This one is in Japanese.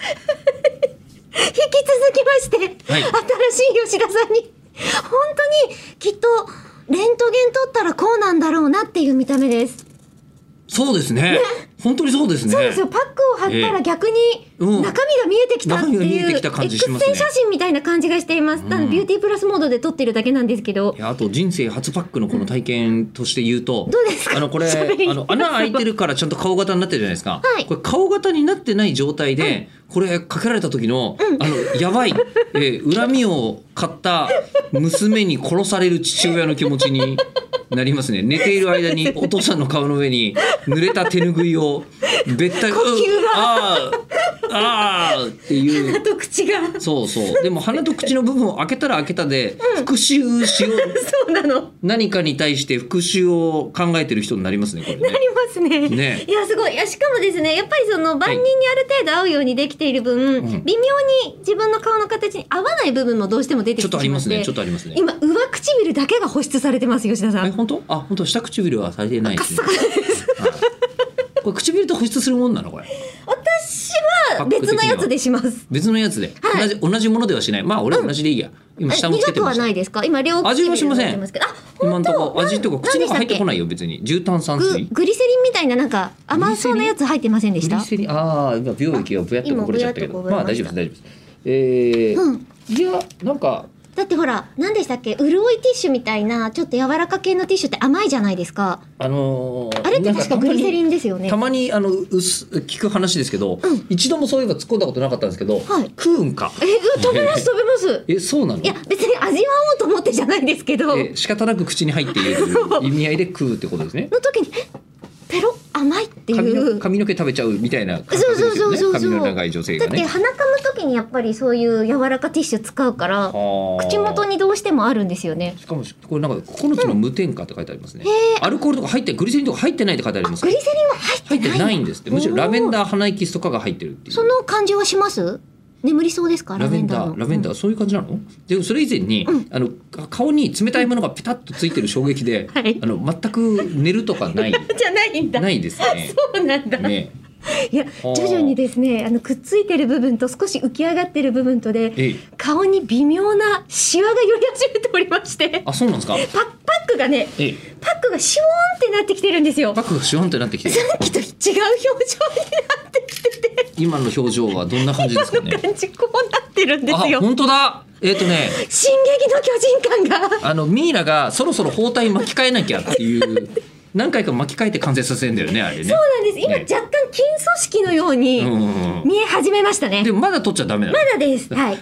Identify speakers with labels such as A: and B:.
A: 引き続きまして、
B: は
A: 新
B: い
A: しい吉田さんに本当にきっとレントゲン取ったらこうなんだろうなっていう見た目です、
B: そうですね。本当にそうですね。
A: そうですよパックを貼った
B: え
A: ら
B: え
A: 逆に
B: うん
A: 中身が見えてきたって
B: 中身が見
A: い
B: え
A: う
B: て
A: エ
B: きた感じしますね
A: クス線写真みたいな感じがしています、ただビューティープラスモードで撮ってるだけなんですけど
B: いやあと人生初パックのこの体験として言うと、
A: どうですか
B: あのこれ
A: 喋り
B: あの穴開いてるからちゃんと顔型になってるじゃないですか、
A: はい
B: これ顔型になってない状態で、これかけられた時の、あのやばい、えー恨みを買った娘に殺される父親の気持ちになりますね寝ている 間にお父さんの顔の上に濡れた手ぬぐいをべったり
A: 呼吸が
B: あーあーって いう
A: 鼻と口が
B: そうそうでも鼻と口の部分を開けたら開けたで復讐しよう
A: そうなの
B: 何かに対して復讐を考えてる人になりますねこれ
A: な
B: ね。
A: りますね
B: ね
A: いやすごいいやしかもですねやっぱりその万人にある程度合うようにできている分、
B: ん
A: 微妙に自分の顔の形に合わない部分もどうしても出て
B: ちょ
A: き
B: っと
A: て
B: あ
A: し
B: り
A: ま
B: ま
A: っ
B: す
A: て、
B: ね。ちょっとありますね。
A: 今上唇だけが保湿されてます吉田さ
B: え
A: ん
B: 本当？あ本当下唇はされてないですね。はいこれ唇と保湿するもんなのこれ。
A: 私は
B: パック的
A: 別
B: に
A: の
B: は
A: やつでします
B: 別のやつで、
A: はい
B: 同じ同じものではしない。まあ俺は同じでいいや。今
A: え
B: 下もつけ
A: 苦
B: て
A: く
B: ま
A: は
B: し
A: な
B: た。
A: いですか今両唇
B: 味はしません
A: 塗ってますけどあ
B: 今
A: 本
B: んと
A: 当
B: こ味とか口の中入ってこないよ別に。重炭酸
A: グ
B: 水。
A: グリセリンみたいななんか甘そうなやつ入ってませんでし
B: グリ
A: た
B: セリンああ今美容液がぶやっとこぼれちゃったけ
A: 今
B: ど、
A: ぶやっ
B: ま
A: とこぼれま
B: あ大
A: し
B: 丈
A: た
B: 夫です大丈夫です。えー
A: うん
B: いやなんか
A: だってほら何でしたっけ潤いティッシュみたいなちょっと柔らか系のティッシュって甘いじゃないですか
B: あのー
A: あれって確かグリセリンですよね
B: たまにあの薄聞く話ですけど、
A: うん
B: 一度もそういえば突っ込んだことなかったんですけど、
A: はい
B: 食うんか
A: えう食べます食べます
B: えそうなの
A: いや別に味わおうと思ってじゃないですけどの
B: え仕方なく口に入っている
A: そう
B: 意味合いで食うってことですね
A: 時にえペロ甘いって
B: 髪
A: い
B: の
A: う
B: 髪の毛食べちゃうみたいな感覚
A: そう
B: です
A: そうそ
B: よ
A: う
B: ね
A: そう
B: 髪
A: そう、
B: の長い女性
A: だっ
B: が
A: て
B: ね
A: 鼻かむ時にやっぱりそういう柔らかティッシュ使うから口
B: 口
A: 元にどうしてもあるんですよね
B: しかもこれなんか9つの無添加って書いてありますね、アルコールとか入ってグリセリンとか入ってないって書いてあります
A: グリセリンは入
B: 入
A: っ
B: ってて
A: ない
B: ないんですってむしろラベン
A: ー
B: ダー鼻息とかが入ってるっていう
A: その感じはします眠りそうですかラ
B: ラベ
A: ベ
B: ン
A: ンダー
B: ダ
A: の
B: ー、ラベンダー、そういう感じなの。で、それ以前に、あの、か顔に冷たいものがペタッとついてる衝撃で、
A: はい
B: あの、全く寝ると かない。
A: うんじゃないんだ
B: ないです ね。
A: そうなんだ、
B: ね、
A: いや
B: あー
A: 徐々にですねあのくっついてる部分と少し浮き上がってる部分とで
B: ええ
A: 顔に微妙なシワが寄り始めておりまして
B: あ、そうなんですか。
A: パパックがね
B: ええ、
A: パックがシューンってなってきてるんですよ
B: パックがシュワンってなってきてる、
A: さっきと違う表情になってきてて
B: 今の表情はどんな感じですか
A: 今の
B: ね。
A: 感じこうなってるんで
B: あ、
A: すよ
B: 本当だ。えっ、とね、
A: 進撃の巨人感が
B: あの、ミイラがそろそろ包帯巻き替えなきゃっ ていう。何回か巻き替えて完成させるんだよね、あれね。
A: そうなんです今
B: ね
A: 若干筋組織のように
B: うんうんうん
A: 見え始めましたね
B: でも、まだ取っちゃダメなの。
A: まだですはい